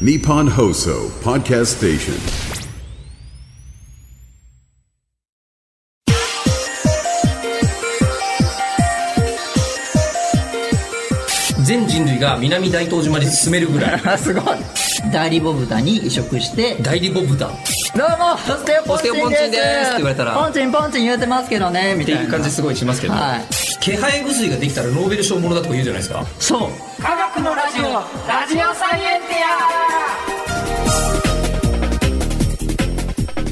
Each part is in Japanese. Nippon Hoso Podcast Station. 全人類が南大東島に進めるぐらい あすごい大リボ豚に移植して大リボ豚っどうもホステオポンチンですホステオポンチンですって言われたらポンチンポンチン言うてますけどねみてたいいなう感じすごいしますけど、はい気配薬ができたらノーベル賞ものだとか言うじゃないですかそう科学のラジオラジオサイエンティア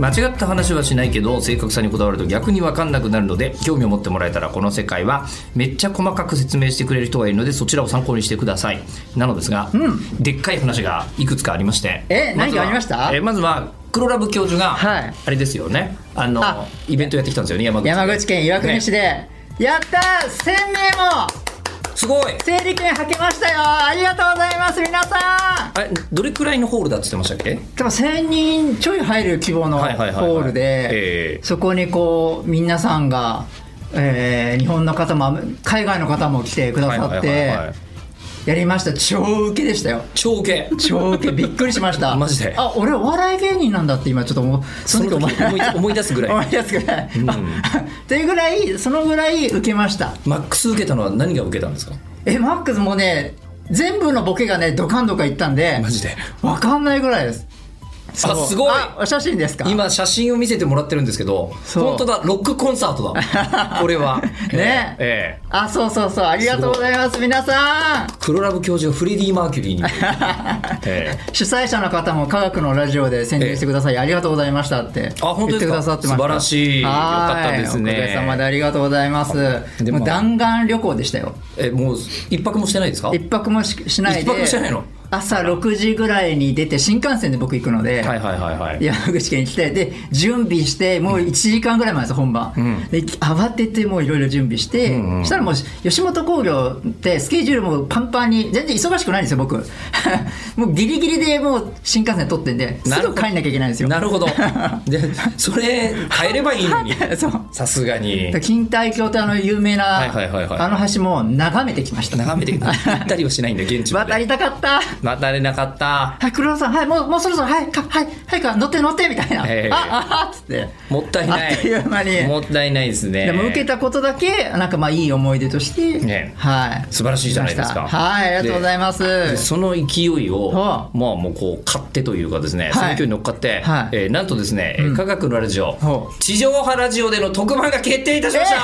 間違った話はしないけど正確さにこだわると逆に分かんなくなるので興味を持ってもらえたらこの世界はめっちゃ細かく説明してくれる人がいるのでそちらを参考にしてくださいなのですが、でっかい話がいくつかありましてえま何ずはがありましたえまずは黒ラブ教授が、はいあれですよねあのあイベントやってきたんですよね山口で山口県岩国市で、やったー1000名もすごい整理券はけましたよありがとうございます皆さんあれどれくらいのホールだって言ってましたっけでも1000人ちょい入る規模のホはいはいはいはいールえでえそこにこう皆さんが、えー日本の方も海外の方も来てくださっはいてはいはいはいやりました超ウケでしたよ超ウケ超ウケびっくりしましたマジであ俺お笑い芸人なんだって今ちょっと思うそその時思い 思い出すぐらい思い出すぐらい、あっていうぐらいそのぐらいウケましたマックス受けたのは何が受けたんですかえマックスもね全部のボケがねドカンドカンいったんでマジでわかんないぐらいですあそうすごいあお写真ですか今写真を見せてもらってるんですけどそう本当だロックコンサート だこれはねええええあそうそうそうありがとうございます皆さん黒ラブ教授がフレディ・マーキュリーに、 ええ主催者の方も科学のラジオで宣伝してください、ありがとうございましたってあ本当言でってすくかださってました素晴らしいよはかったですねおかげさまでありがとうございますでももう弾丸旅行でしたよえもう一泊もしてないですか一泊もししないで一泊もしてないの朝6時ぐらいに出て新幹線で僕行くので、はいはいはいはい山口県に来てで準備してもう1時間ぐらい前です本番、で慌ててもういろいろ準備して、したらもう吉本興業ってスケジュールもパンパンに全然忙しくないんですよ僕 もうギリギリでもう新幹線取ってんですなるほぐど帰んなきゃいけないんですよなる ほどでそれ変えればいいのにそうさすがに錦帯橋ってあの有名な、いはいはいはいあの橋も眺めてきました眺めて行 ったりはしないんだ現地ま渡でりたかった渡れなかったはい、黒田さん、はい、もう、もうそろそろ、はい、か、はい、はい、か、乗って乗って、みたいな。あええ、あ、あ、つって。もったいないあっという間に。もったいないですねでも受けたことだけなんかまあいい思い出として、ねはい素晴らしいじゃないですかましたはいありがとうございますでその勢いを、はあまあもうこう買ってというかですね、いその勢いに乗っかって、はいえーなんとですね、えー科学のラジオ、ほ地上波ラジオでの特番が決定いたしました、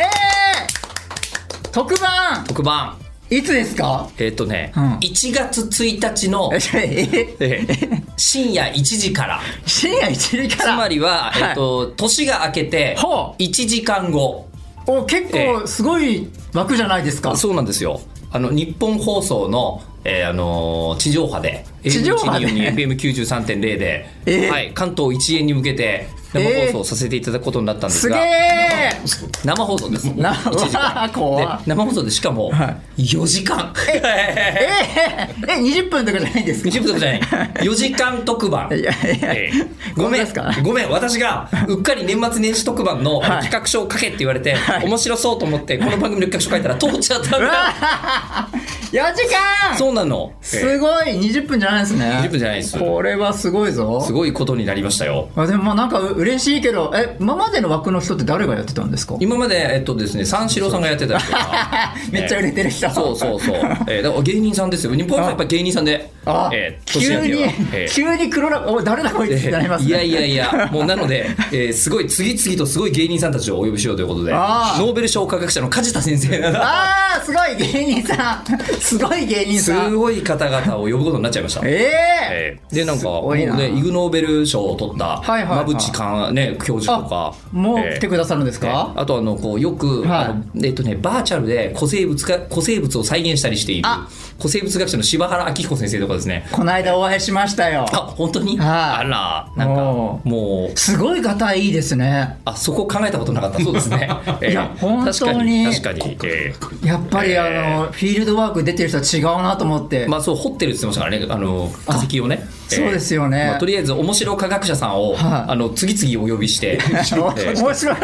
えー特番特番いつですかえーっ、とね、うん1月1日のえ、ええー深夜1時から深夜1時つからまりは、はいえーっと年が明けてほう1時間後お結構すごい枠じゃないですか、そうなんですよあの日本放送の、えーあのー地上波で地上波で FM93.0 で、えーはい、関東一円に向けて生放送させていただくことになったんですすげが、え生放送です。な1時間わあ怖っで生放送でしかもは4時間。えー、え20分とかじゃないんですか 20分とかじゃない4時間特番いやいやええご本当めでんすかごめん私がうっかり年末年始特番のはい企画書を書けって言われて、面白そうと思ってこの番組の企画書書いたら通っちゃったんうわだ4時間そうなのすごい20分じゃないですね20分じゃないですこれはすごいぞすごいことになりましたよあでもまあなんかう嬉しいけどえ今までの枠の人って誰がやってたんですか今までえっとですね三四郎さんがやってたりとか めっちゃ売れてる人そうそうそう、えー、だから芸人さんですよ日本はやっぱ芸人さんで あ、えー年明急けにはえ、ー急に黒ラお誰だこいつってなりますね。いやいやいや、もうなので、えーすごい次々とすごい芸人さんたちをお呼びしようということで、ノあーーベル賞科学者の梶田先生が、あーすごい芸人さん すごい芸人すさん。ごい方々を呼ぶことになっちゃいました。えええーでなんかもごういなねイグ・ノーベル賞を取ったはいはいは馬い淵かね教授とかもうえー来てくださるんですか、あとあのこうよく、はいあのえっとねバーチャルで古生物か古生物を再現したりしているあ古生物学者の柴原明彦先生とかですね。この間お会いしましたよ。あ本当に？はあいらなんかおーもうすごい方いいですね。あそこ考えたことなかったそうですね。えー いや本当に確かに確かに。えーやっぱり、えーあのフィールドワーク出てる人は違うなと思って。まあそう掘ってるって言ってましたからねあの化石をね。えーそうですよねまあとりあえず面白科学者さんをはいあの次々お呼びして。えー 面白い。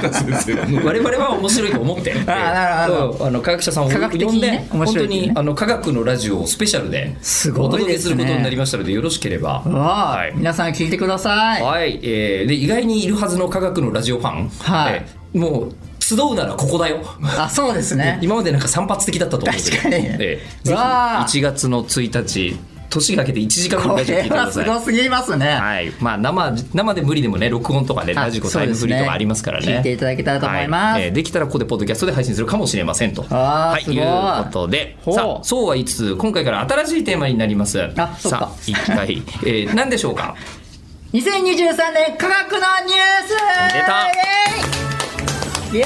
我々は面白いと思ってなるほどそうあの科学者さんを科学的呼んにで、ね面本白当いっていうねにあの科学のラジオをスペシャルですおごいで届すねけすることになりましたのでよろしければ わあ、はい、皆さん聞いてください。はいえーで意外にいるはずの科学のラジオファン、はいえーもう集うならここだよあ、そうですね。 今までなんか散発的だったと思うんですけど確かにえーわあぜひ1月の1日年が明けて1時間このラジオ聞れいてくはだすさいごすぎますね。はいまあ、生生で無理でもね録音とかねあラジコタイムフリーとかありますからねそうですね聞いていただけたらと思いますはえーできたらここでポッドキャストで配信するかもしれませんとあーはいすごいいうことでほうさあそうは言いつつ今回から新しいテーマになりますあそっさかあ一体、えー、何でしょうか2023年科学のニュース出たイエーイイエ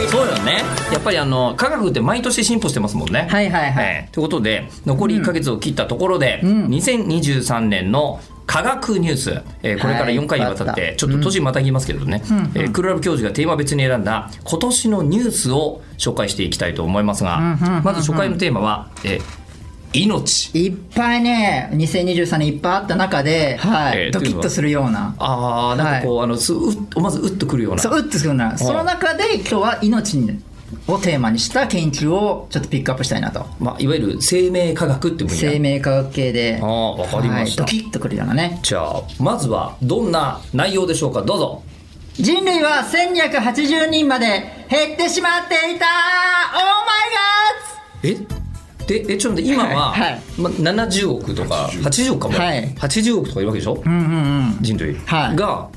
ーイそうよねやっぱりあの科学って毎年進歩してますもんねはいはいはいえーということで残り1か月を切ったところで、2023年の科学ニュース、えーこれからはい4回にわたっいっぱいあてっちょっと年またぎますけれどね、えークルラブ教授がテーマ別に選んだ今年のニュースを紹介していきたいと思いますが、まず初回のテーマは「えー命いっぱいね、2023年いっぱいあった中で、はい、えードキッとするような」。あーなんかこう、あのすうっまずうっとくるようなそう、うっとするような。その中で今日は命をテーマにした研究をちょっとピックアップしたいなと。まあ、いわゆる生命科学って分野生命科学系で。あーわかりましたはいドキッとくるようなね。じゃあまずはどんな内容でしょうかどうぞ人類は1280人まで減ってしまっていた !Oh えでえちょっと待って今は、はいはいま、70億とか80億かも、はい80億とかいるわけでしょ、 my god! うんうんうん。人類、はいが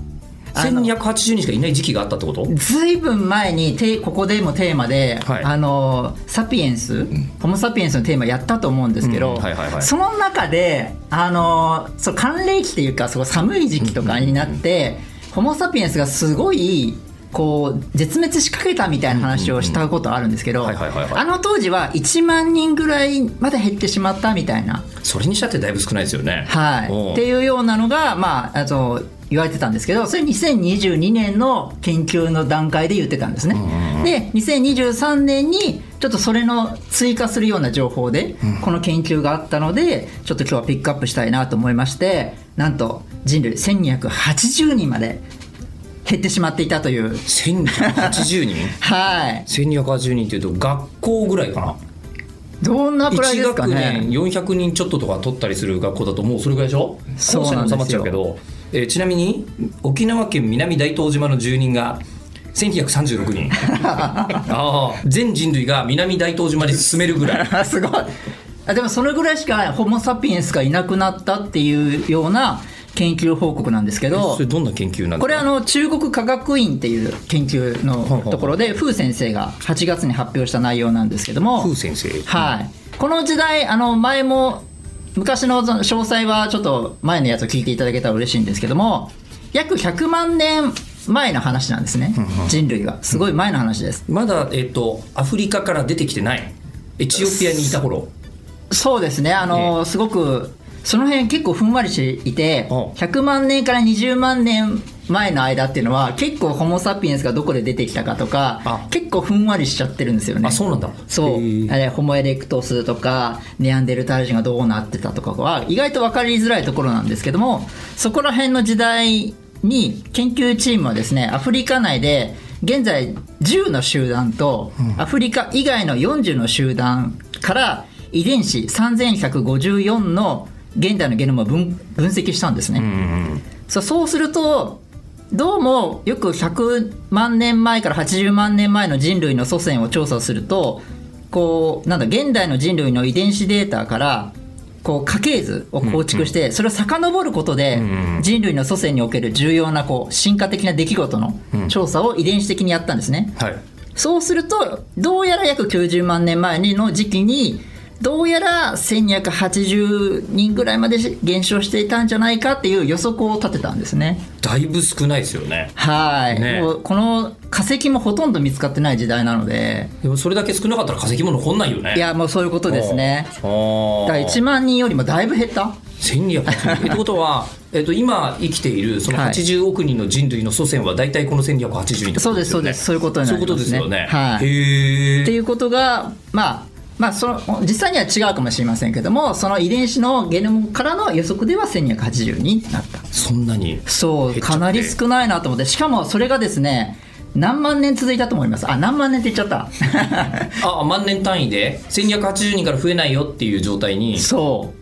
あの1280人しかいない時期があったってことずいぶん前にてここでもテーマで、はいあのサピエンス、ホモ・サピエンスのテーマやったと思うんですけど、うんはいはいはいその中であのそう寒冷期っていうかすごい寒い時期とかになって、ホモ・サピエンスがすごいこう絶滅しかけたみたいな話をしたことあるんですけどうんうんはいはいはいはいあの当時は1万人ぐらいまで減ってしまったみたいな。それにしたってだいぶ少ないですよねはい、おうっていうようなのが、まあ、あと言われてたんですけどそれ2022年の研究の段階で言ってたんですね。で2023年にちょっとそれの追加するような情報で、この研究があったのでちょっと今日はピックアップしたいなと思いましてなんと人類1280人まで減ってしまっていたという。 1280人 はい、 1280人っていうと学校ぐらいかなどんなくらい1ですか学ね年。400人ちょっととか取ったりする学校だともうそれぐらいでしょそう校舎なんに収ですよまっちゃうけど、えーちなみに沖縄県南大東島の住人が1936人 ああ全人類が南大東島に進めるぐらい あすごいあでもそれぐらいしかホモ・サピエンスがいなくなったっていうような研究報告なんですけどそれどんな研究なんですかこれあの中国科学院っていう研究のところで風先生が8月に発表した内容なんですけども風先生はい、この時代あの前も昔のその詳細はちょっと前のやつを聞いていただけたら嬉しいんですけども約100万年前の話なんですね人類がすごい前の話ですまだ、えっとアフリカから出てきてないエチオピアにいた頃そうですね、あのすごくその辺結構ふんわりしていて、お100万年から20万年前の間っていうのは結構ホモ・サピエンスがどこで出てきたかとかあ結構ふんわりしちゃってるんですよね。あそうなんだそうへーあれホモ・エレクトスとかネアンデルタール人がどうなってたとかは意外と分かりづらいところなんですけどもそこら辺の時代に研究チームはですねアフリカ内で現在10の集団とアフリカ以外の40の集団から遺伝子3154の現代のゲノムを分分析したんですね。そうそうするとどうもよく100万年前から80万年前の人類の祖先を調査するとこうなんだ現代の人類の遺伝子データからこう家系図を構築して、それを遡ることで人類の祖先における重要なこう進化的な出来事の調査を遺伝子的にやったんですね。はいそうするとどうやら約90万年前の時期にどうやら1280人ぐらいまでし減少していたんじゃないかっていう予測を立てたんですね。だいぶ少ないですよねはい、ねもうこの化石もほとんど見つかってない時代なので、でもそれだけ少なかったら化石も残んないよねいやもうそういうことですね。あーだから1万人よりもだいぶ減った。 1280人ってことは、えっと、今生きているその80億人の人類の祖先は大体この1280人ってことそうですそうですそういうことにそなういうりことですますねよね。はいへっえていうことがまあまあその実際には違うかもしれませんけどもその遺伝子のゲノムからの予測では1280人になったそんなにそう減っちゃってかなり少ないなと思ってしかもそれがですね何万年続いたと思いますあ何万年って言っちゃっあ万年単位で1280人から増えないよっていう状態にた そう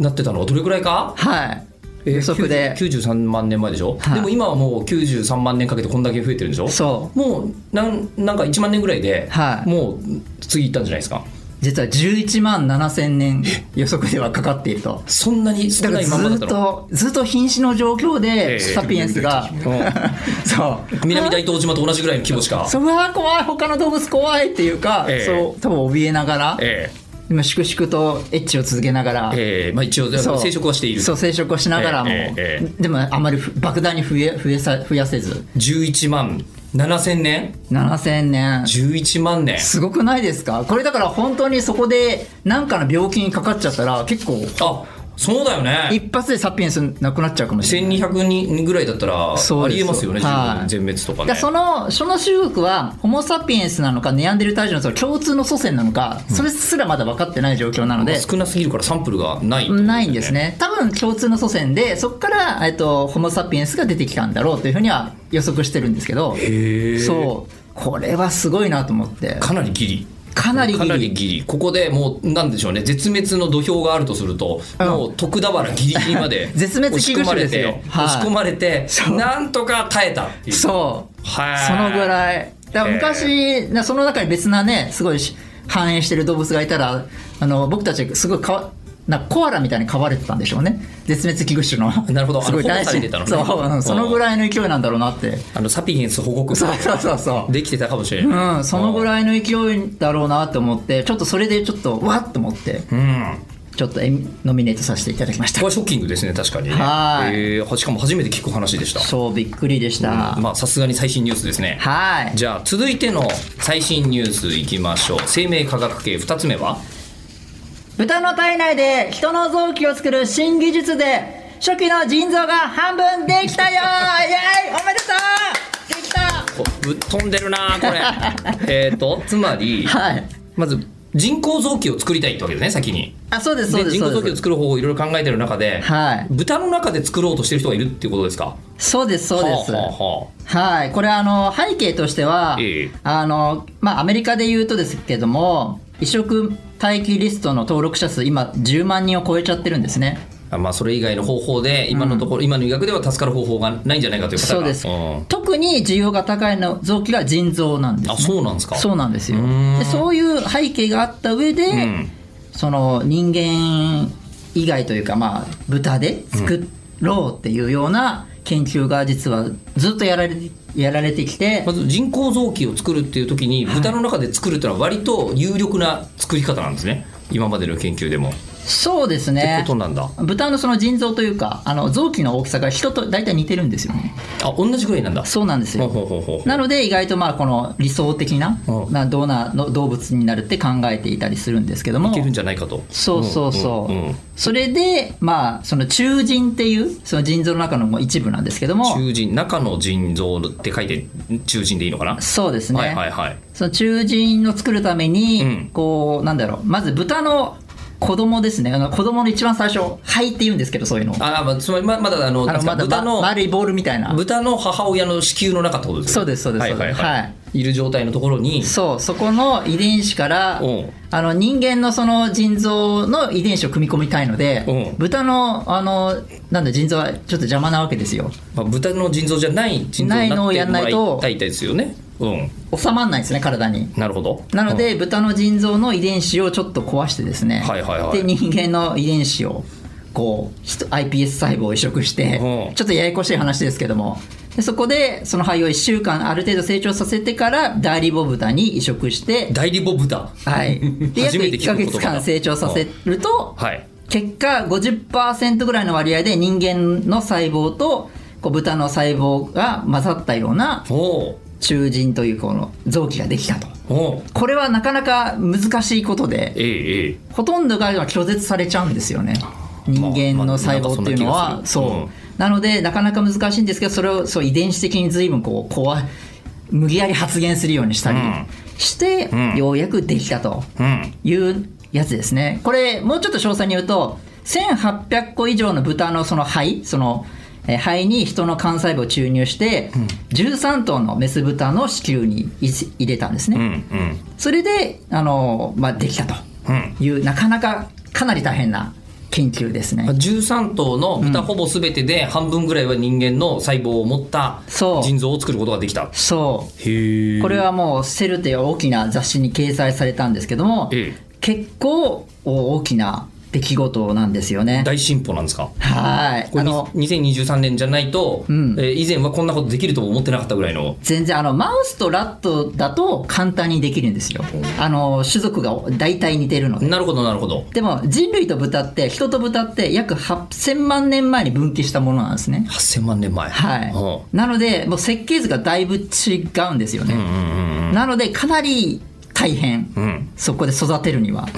なってたのはどれくらいかはい予測で90 93万年前でしょ、はいでも今はもう93万年かけてこんだけ増えてるんでしょそうもうなんなんか1万年ぐらいで、はいもう次行ったんじゃないですか実は11万7000年予測ではかかっているとそんなに少だかならいまんまだったずっのとずっと瀕死の状況ええでサピエンスが、 そう南大東島と同じぐらいの規模しかそううわー怖い他の動物怖いっていうか、ええそう多分怯えながら、え今粛々とエッチを続けながら、えええまあ一応でそもう生殖はしているそう生殖をしながらも、えええでもあまりふ爆弾に増え増えさ増やせず11万7000年7000年11万年すごくないですかこれだから本当にそこで何かの病気にかかっちゃったら結構あそうだよね一発でサピエンスなくなっちゃうかもしれない1200人ぐらいだったらあそうですりえますよね、はい全滅とかだかねらそのその種族はホモ・サピエンスなのかネアンデルター人のその共通の祖先なのか、それすらまだ分かってない状況なので、少なすぎるからサンプルがないってことよ、ないんですね多分共通の祖先でそこから、えっと、ホモ・サピエンスが出てきたんだろうというふうには予測してるんですけどそうこれはすごいなと思ってかなりギリかなりギリここでもうなんでしょうね絶滅の土俵があるとすると、うんもう徳田原ギリギリまで 絶滅押し込まれて危惧種ですよはい押し込まれてそうなんとか耐えたっていうそうはいそのぐらいだから昔なその中に別なねすごいし繁栄してる動物がいたらあの僕たちすごいかわなんかコアラみたいに飼われてたんでしょうね絶滅危惧種のなるほどあのすごい保護大さ事れてたのねそうううんんそのぐらいの勢いなんだろうなってあのサピエンス保護区そうそうそうそうできてたかもしれない、うん、そのぐらいの勢いだろうなと思ってちょっとそれでちょっとわっと思ってうんちょっとえノミネートさせていただきましこれたはショッキングですね確かにねはいえーしかも初めて聞く話でしたそうびっくりでした、まあさすがに最新ニュースですねはいじゃあ続いての最新ニュースいきましょう生命科学系2つ目は豚の体内で人の臓器を作る新技術で初期の腎臓が半分できた よイエーイおめでとうできたこぶっ飛んでるなーこ れえっとつまり、はいまず人工臓器を作りたいってわけですね先にあそうですそでうです人工そ臓う器でをす作る方法をいろいろ考えてる中で、はい豚の中で作ろうとしてる人がいるっていうことですかそうですそうですはあははい、これあの背景としては、ええあのまあ、アメリカで言うとですけども移植待機リストの登録者数今10万人を超えちゃってるんですねあはあまあそれ以外の方法で今のところ、今の医学では助かる方法がないんじゃないかという方がそうです、ん特に需要が高いの臓器が腎臓なんです、ね、あそうなんですかそうなんですよーんでそういう背景があった上で、んその人間以外というかまあ豚で作ろうっていうような研究が実はずっとやられてやられてきてまず人工臓器を作るっていう時に豚の中で作るっていうのは割と有力な作り方なんですね今までの研究でも、そうですねってことなんだ豚のその腎臓というかあの臓器の大きさが人と大体似てるんですよねあ同じぐらいなんだそうなんですほうよほうほうほうなので意外とまあこの理想的なうんなどうなの動物になるって考えていたりするんですけどもいけるんじゃないかとそうそうそう,、んんんそれでまあその中腎っていうその腎臓の中のもう一部なんですけども中腎中の腎臓って書いて中腎でいいのかな、そうですね、はいはいはいその中腎を作るために、うんこうなんだろうまず豚の子供ですねあの子供の一番最初肺って言うんですけどそういうのあまあつまりままだあのあのまだ豚まの丸いボールみたいな豚の母親の子宮の中ってことですよそうですそうですはいはいはい、、はいる状態のところにそうそこの遺伝子からうんあの人間のその腎臓の遺伝子を組み込みたいのでうん豚のあのなんだ腎臓はちょっと邪魔なわけですよまあ、豚の腎臓じゃない腎臓になってもらいないのをやんたないですよねうん収まらないんですね体になるほどなので、豚の腎臓の遺伝子をちょっと壊してですね、はいはいはいで人間の遺伝子をこうひと iPS 細胞を移植して、うんちょっとややこしい話ですけどもでそこでその肺を1週間ある程度成長させてから代理ボブタに移植して、代理ボブタはい、で約初めて1聞ヶく言葉だ月間成長させると、はい結果50%ぐらいの割合で人間の細胞とこう豚の細胞が混ざったようなおお中腎というこの臓器ができたと。おおこれはなかなか難しいことでええええほとんどが拒絶されちゃうんですよね人間の細胞っていうのまあまあなんはかそんな気がするうんそうなのでなかなか難しいんですけどそれをそう遺伝子的に随分こう怖い無理やり発言するようにしたりしてんようやくできたとうんいうやつですねこれもうちょっと詳細に言うと1800個以上の豚のその肺そのえー肺に人の幹細胞を注入して13頭のメス豚の子宮にい入れたんですね、うんうんそれで、あのまあ、できたという、なかなかかなり大変な研究ですね。 13頭の豚ほぼ全てで半分ぐらいは人間の細胞を持ったそう腎臓を作ることができたそうへえこれはもう「セル」という大きな雑誌に掲載されたんですけども、え結構大きな出来事なんですよね。大進歩なんですかはいこれあのに2023年じゃないと、んえー以前はこんなことできるとも思ってなかったぐらいの全然あのマウスとラットだと簡単にできるんですよ。あの種族が大体似てるので。なるほどなるほどでも人類と豚って人と豚って約8,000万年前に分岐したものなんですね。 8000万年前おうはい、なのでもう設計図がだいぶ違うんですよね、なのでかなり大変、んそこで育てるには、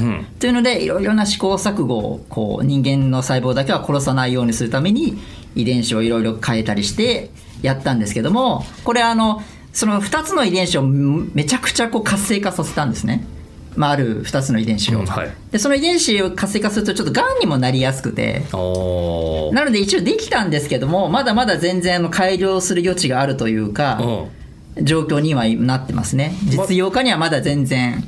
というのでいろいろな試行錯誤をこう人間の細胞だけは殺さないようにするために遺伝子をいろいろ変えたりしてやったんですけどもこれあのその2つの遺伝子をめちゃくちゃこう活性化させたんですね、まあ、ある2つの遺伝子を、うんはいでその遺伝子を活性化するとちょっとがんにもなりやすくておーなので一応できたんですけどもまだまだ全然あの改良する余地があるというか、うん状況にはなってますね実用化にはまだ全然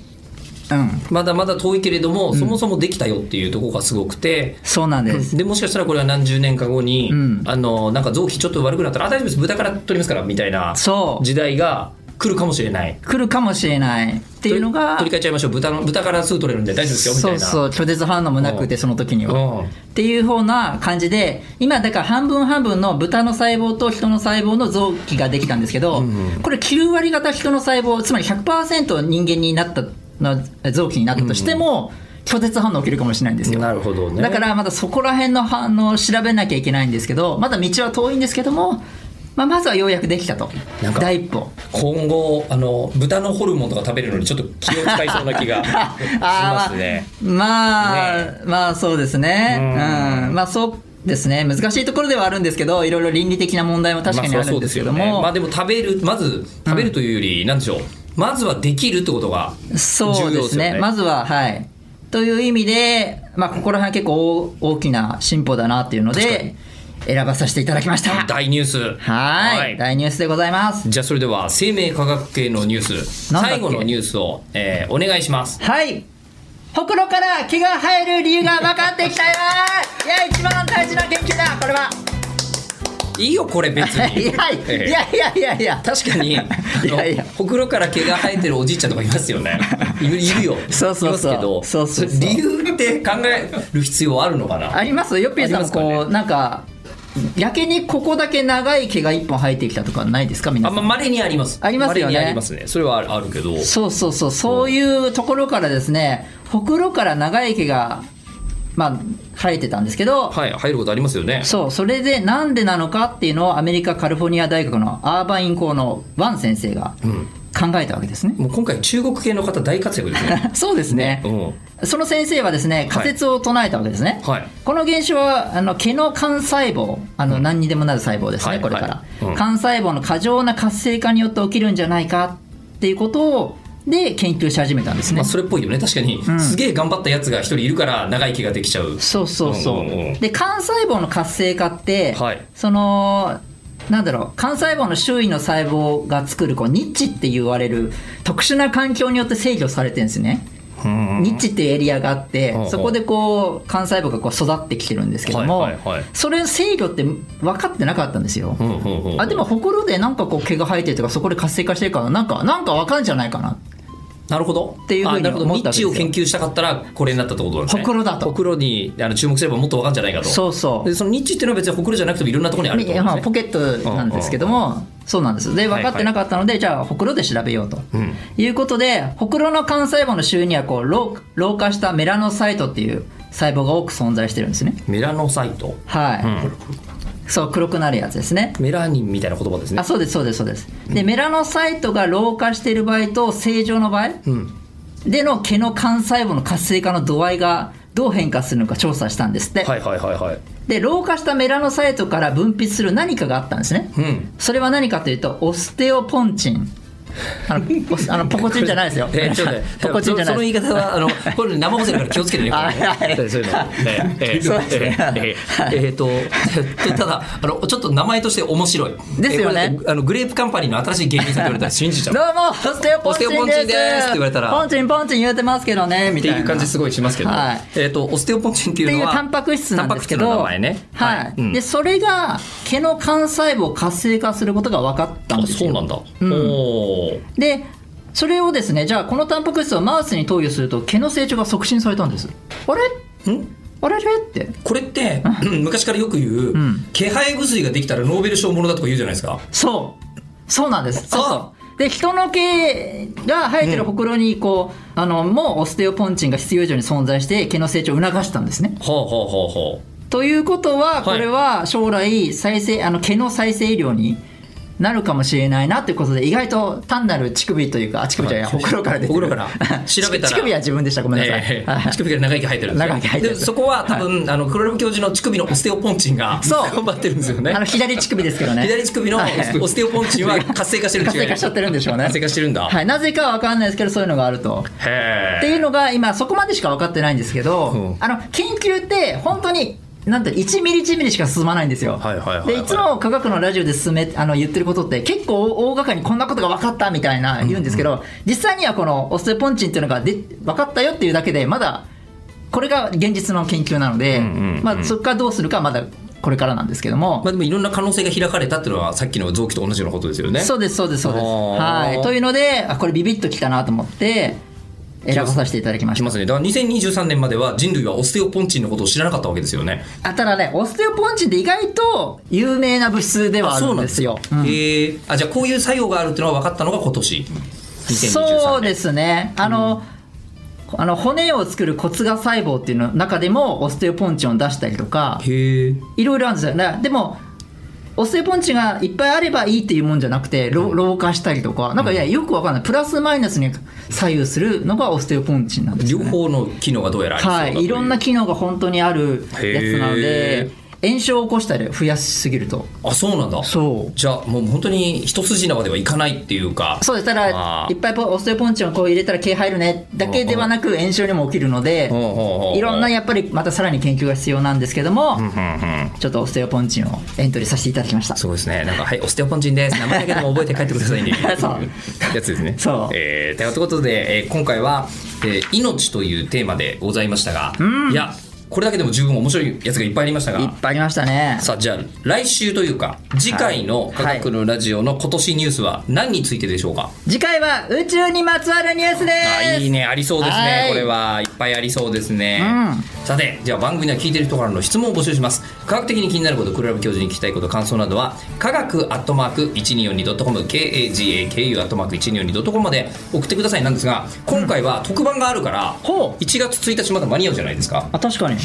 うんまだまだ遠いけれども、そもそもできたよっていうところがすごくて、そうなんです、でもしかしたらこれは何十年か後に、んあのなんか臓器ちょっと悪くなったらあ大丈夫です豚から取りますからみたいなそう時代が来るかもしれないっ来るかもしれないっていうのが取り替えちゃいましょう豚の豚からすぐ取れるんで大丈夫ですよみたいそうなそう拒絶反応もなくてその時には、うんっていうような感じで今だから半分半分の豚の細胞と人の細胞の臓器ができたんですけど、これ9割方人の細胞つまり100%人間になったの臓器になったとしても、拒絶反応起きるかもしれないんですよなるほどねだからまだそこら辺の反応を調べなきゃいけないんですけどまだ道は遠いんですけども、まあ、まずはようやくできたとなんか第一歩今後あの豚のホルモンとか食べるのにちょっと気を使いそうな気がし ますね。まあ、ねまあそうですねうんうんまあそうですね難しいところではあるんですけどいろいろ倫理的な問題も確かにまああそりゃそるんうですけどよねも、まあでも食べるまず食べるというより、なんでしょうまずはできるってことがそうですね重要ですよねまずははいという意味で、まあ、ここら辺結構大大きな進歩だなっていうの確かにで選ばさせていただきましたはい大ニュース大ニュースでございますじゃあそれでは生命科学系のニュースなんだっ最け後のニュースを、えーお願いしますはいほくろから毛が生える理由が分かってきたよーいや一番大事な研究だこれはいいよこれ別に いやい ええやいやいやいや確かにあのいやいやほくろから毛が生えてるおじいちゃんとかいますよねいるいるよ そうそうそういますけそどうそうそうれ理由って考える必要あるのかなありますよっぴーさありんますもかねこう、なんかやけにここだけ長い毛が一本生えてきたとかないですか皆あさんん、ま稀にありますありますよね稀にありますねそれはあるあるけどそうそうそうそういうところからですねほくろから長い毛がまあ生えてたんですけど、はい入ることありますよねそうそれでなんでなのかっていうのをアメリカカリフォルニア大学のアーバイン校のワン先生が考えたわけですね、もう今回中国系の方大活躍です ねそうですねうんその先生はですね仮説を唱えたわけですね、はいこの現象はあの毛の幹細胞あの何にでもなる細胞ですね、はいこれから、はいうん幹細胞の過剰な活性化によって起きるんじゃないかっていうことをで研究し始めたんですね、まあ、それっぽいよね確かに、すげえ頑張ったやつが一人いるから長い毛ができちゃうそうそうそう,、うんうんうんで幹細胞の活性化って、はいそのなんだろう幹細胞の周囲の細胞が作るこうニッチって言われる特殊な環境によって制御されてるんですね、ニッチっていうエリアがあって、うんうんそこでこう幹細胞がこう育ってきてるんですけども、はいはいはいそれの制御って分かってなかったんですよ、うんうんうんあでもほくろでなんかこう毛が生えてるとかそこで活性化してるからなんかなんか分かるんじゃないかななるほど。っていうふうあになるほど思っニッたわけですチよを研究したかったらこれになったってことなんですね。ほくろだとほくろにあの注目すればもっとわかるんじゃないかと。そうそうでそのニッチっていうのは別にほくろじゃなくてもいろんなところにあるってことまあですポね。ケットなんですけども、そうなんですで分かってなかったので、じゃあほくろで調べようと、いうことでほくろの幹細胞の周囲にはこう老老化したメラノサイトっていう細胞が多く存在してるんですねメラノサイト。はい、そう黒くなるやつですねメラニンみたいな言葉ですねあ。そうですそうですそうですでメラノサイトが老化している場合と正常の場合、での毛の幹細胞の活性化の度合いがどう変化するのか調査したんですって、はいはいはいはい。で老化したメラノサイトから分泌する何かがあったんですね、んそれは何かというとオステオポンチンあの ポスあのポコチンじゃないですよえーちょっとね ポコチンじゃそないの言いです方は あのこれ生放送だから気をつけてね。これねあはいはいそういうの。え ーえーそうですねえーえーえーとただあのちょっと名前として面白い。ですよねえーこれあのグレープカンパニーの新しい芸人さんって言われたら信じちゃ どう。うもオステオポンオチステオポンチンンですですって言われたらポンチンポンチン言うてますけどねみってたいないう感じすごいしますけど、はいえっ、とオステオポンチンってっていういのうはタンパク質なんですけど、タンパク質の名前ね。はいうんでそれが毛の幹細胞を活性化することが分かったんあですそうよ。なんだ。んおーでそれをですねじゃあこのタンパク質をマウスに投与すると毛の成長が促進されたんです。あれんあれれってこれってうん昔からよく言う、気配薬ができたらノーベル賞ものだとか言うじゃないですか。そうそうなんです。そうあそうで人の毛が生えてるほくろにこう、あのもうオステオポンチンが必要以上に存在して毛の成長を促したんですね。ほうほうほうほということは、これは将来再生あの毛の再生医療になるかもしれないなということで意外と単なる乳首というかあ乳首じゃない、はいほくろから出てくるほくろから 調べたら乳首は自分でしたごう。めんなさい、えはい ー、乳首から長い毛生えてるんですよ長い毛生えてるでそこは多分、あの黒山教授の乳首のオステオポンチンがそう頑張ってるんですよねあの左乳首ですけどね左乳首のはいオステオポンチンは活性化してる活性化しちゃってるんでしょうね活性化してるんだ、はい、なぜかわかんないですけどそういうのがあるとへえっていうのが今そこまでしか分かってないんですけど、んあの研究って本当になんて1ミリ1ミリしか進まないんですよ。はいはいはいはいでいつも科学のラジオで進めあの言ってることって結構大掛かりにこんなことが分かったみたいな言うんですけど、実際にはこのオステポンチンっていうのがで分かったよっていうだけでまだこれが現実の研究なので、まあ、そこからどうするかはまだこれからなんですけども。まあ、でもいろんな可能性が開かれたっていうのはさっきの臓器と同じようなことですよね。そうですそうですそうです。あーはい、というのであこれビビッときたなと思って選ばさせていただきましきたま。すね。だから2023年までは人類はオステオポンチンのことを知らなかったわけですよね。あただねオステオポンチンって意外と有名な物質ではあるんですよ。そうなんですよ。えーあじゃあこういう作用があるっていうのは分かったのが今年。2023年そうですねあの、あの骨を作る骨芽細胞っていうの中でもオステオポンチンを出したりとかへえ。いろいろあるんですよねでもオステオポンチンがいっぱいあればいいっていうもんじゃなくて老老化したりとかなんかいやよくわかんないプラスマイナスに左右するのがオステオポンチンなんです両よね。方の機能がどうやらありそうだはとうい、いろんな機能が本当にあるやつなのへで炎症を起こしたり増やしすぎるとあそうなんだ。そうじゃあもう本当に一筋縄ではいかないっていうか。そうですただあーいっぱいポオステオポンチンをこう入れたら毛入るねだけではなく炎症にも起きるのでほうほうほういろんなやっぱりまたさらに研究が必要なんですけどもちょっとオステオポンチンをエントリーさせていただきましたそうですね。なんか、はい、オステオポンチンです。名前だけでも覚えて帰ってくださいね。 そうやつですね。そうえーということで、えー今回は、えー命というテーマでございましたが、いや、これだけでも十分面白いやつがいっぱいありましたいっが、ぱいありましたねさあ、じゃあ、来週というか、次回の科学のラジオの今年ニュースは何についてでしょうか、次回は宇宙にまつわるニュースであいいすねありそうですねはいこれはいっぱいありそうですね、うさてじゃあ番組には聞いてる人からの質問を募集します科学的に気になることクラブ教授に聞きたいこと感想などは科学アットマーク 1242.com KAGAKU アットマーク 1242.com まで送ってくださいなんですが今回は特番があるから、ほう1月1日まだ間に合うじゃないですかあ確かに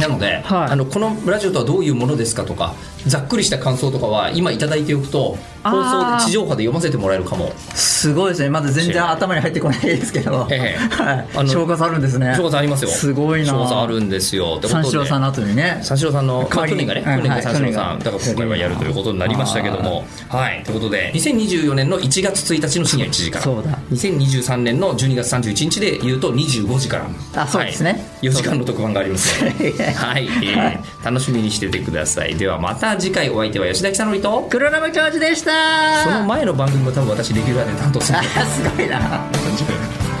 なので、はいあのこのラジオとはどういうものですかとかざっくりした感想とかは今頂いただいておくと放送あでー地上波で読ませてもらえるかもすごいですねまだ全然頭に入ってこないですけど、ええはいあの消化さるんですね翔子さんありますよすごいな翔子さんあるんですよってこと三で四郎さんの後にね三四郎さんの、まあ、代わ去年りにがね、去うん年がはい三四郎さ去ん、年がだから今回はやるということになりましたけども、はい、ということで、2024年の1月1日の深夜1時から、そうだ2023年の12月31日で言うと25時から、あそうですねはい、4時間の特番がありますので、そう だはい、えー楽しみにしててください。ではまた次回お相手は吉田久典と、黒ラム教授でした その前の番組も多分私レギュラーで担当するのであすごいな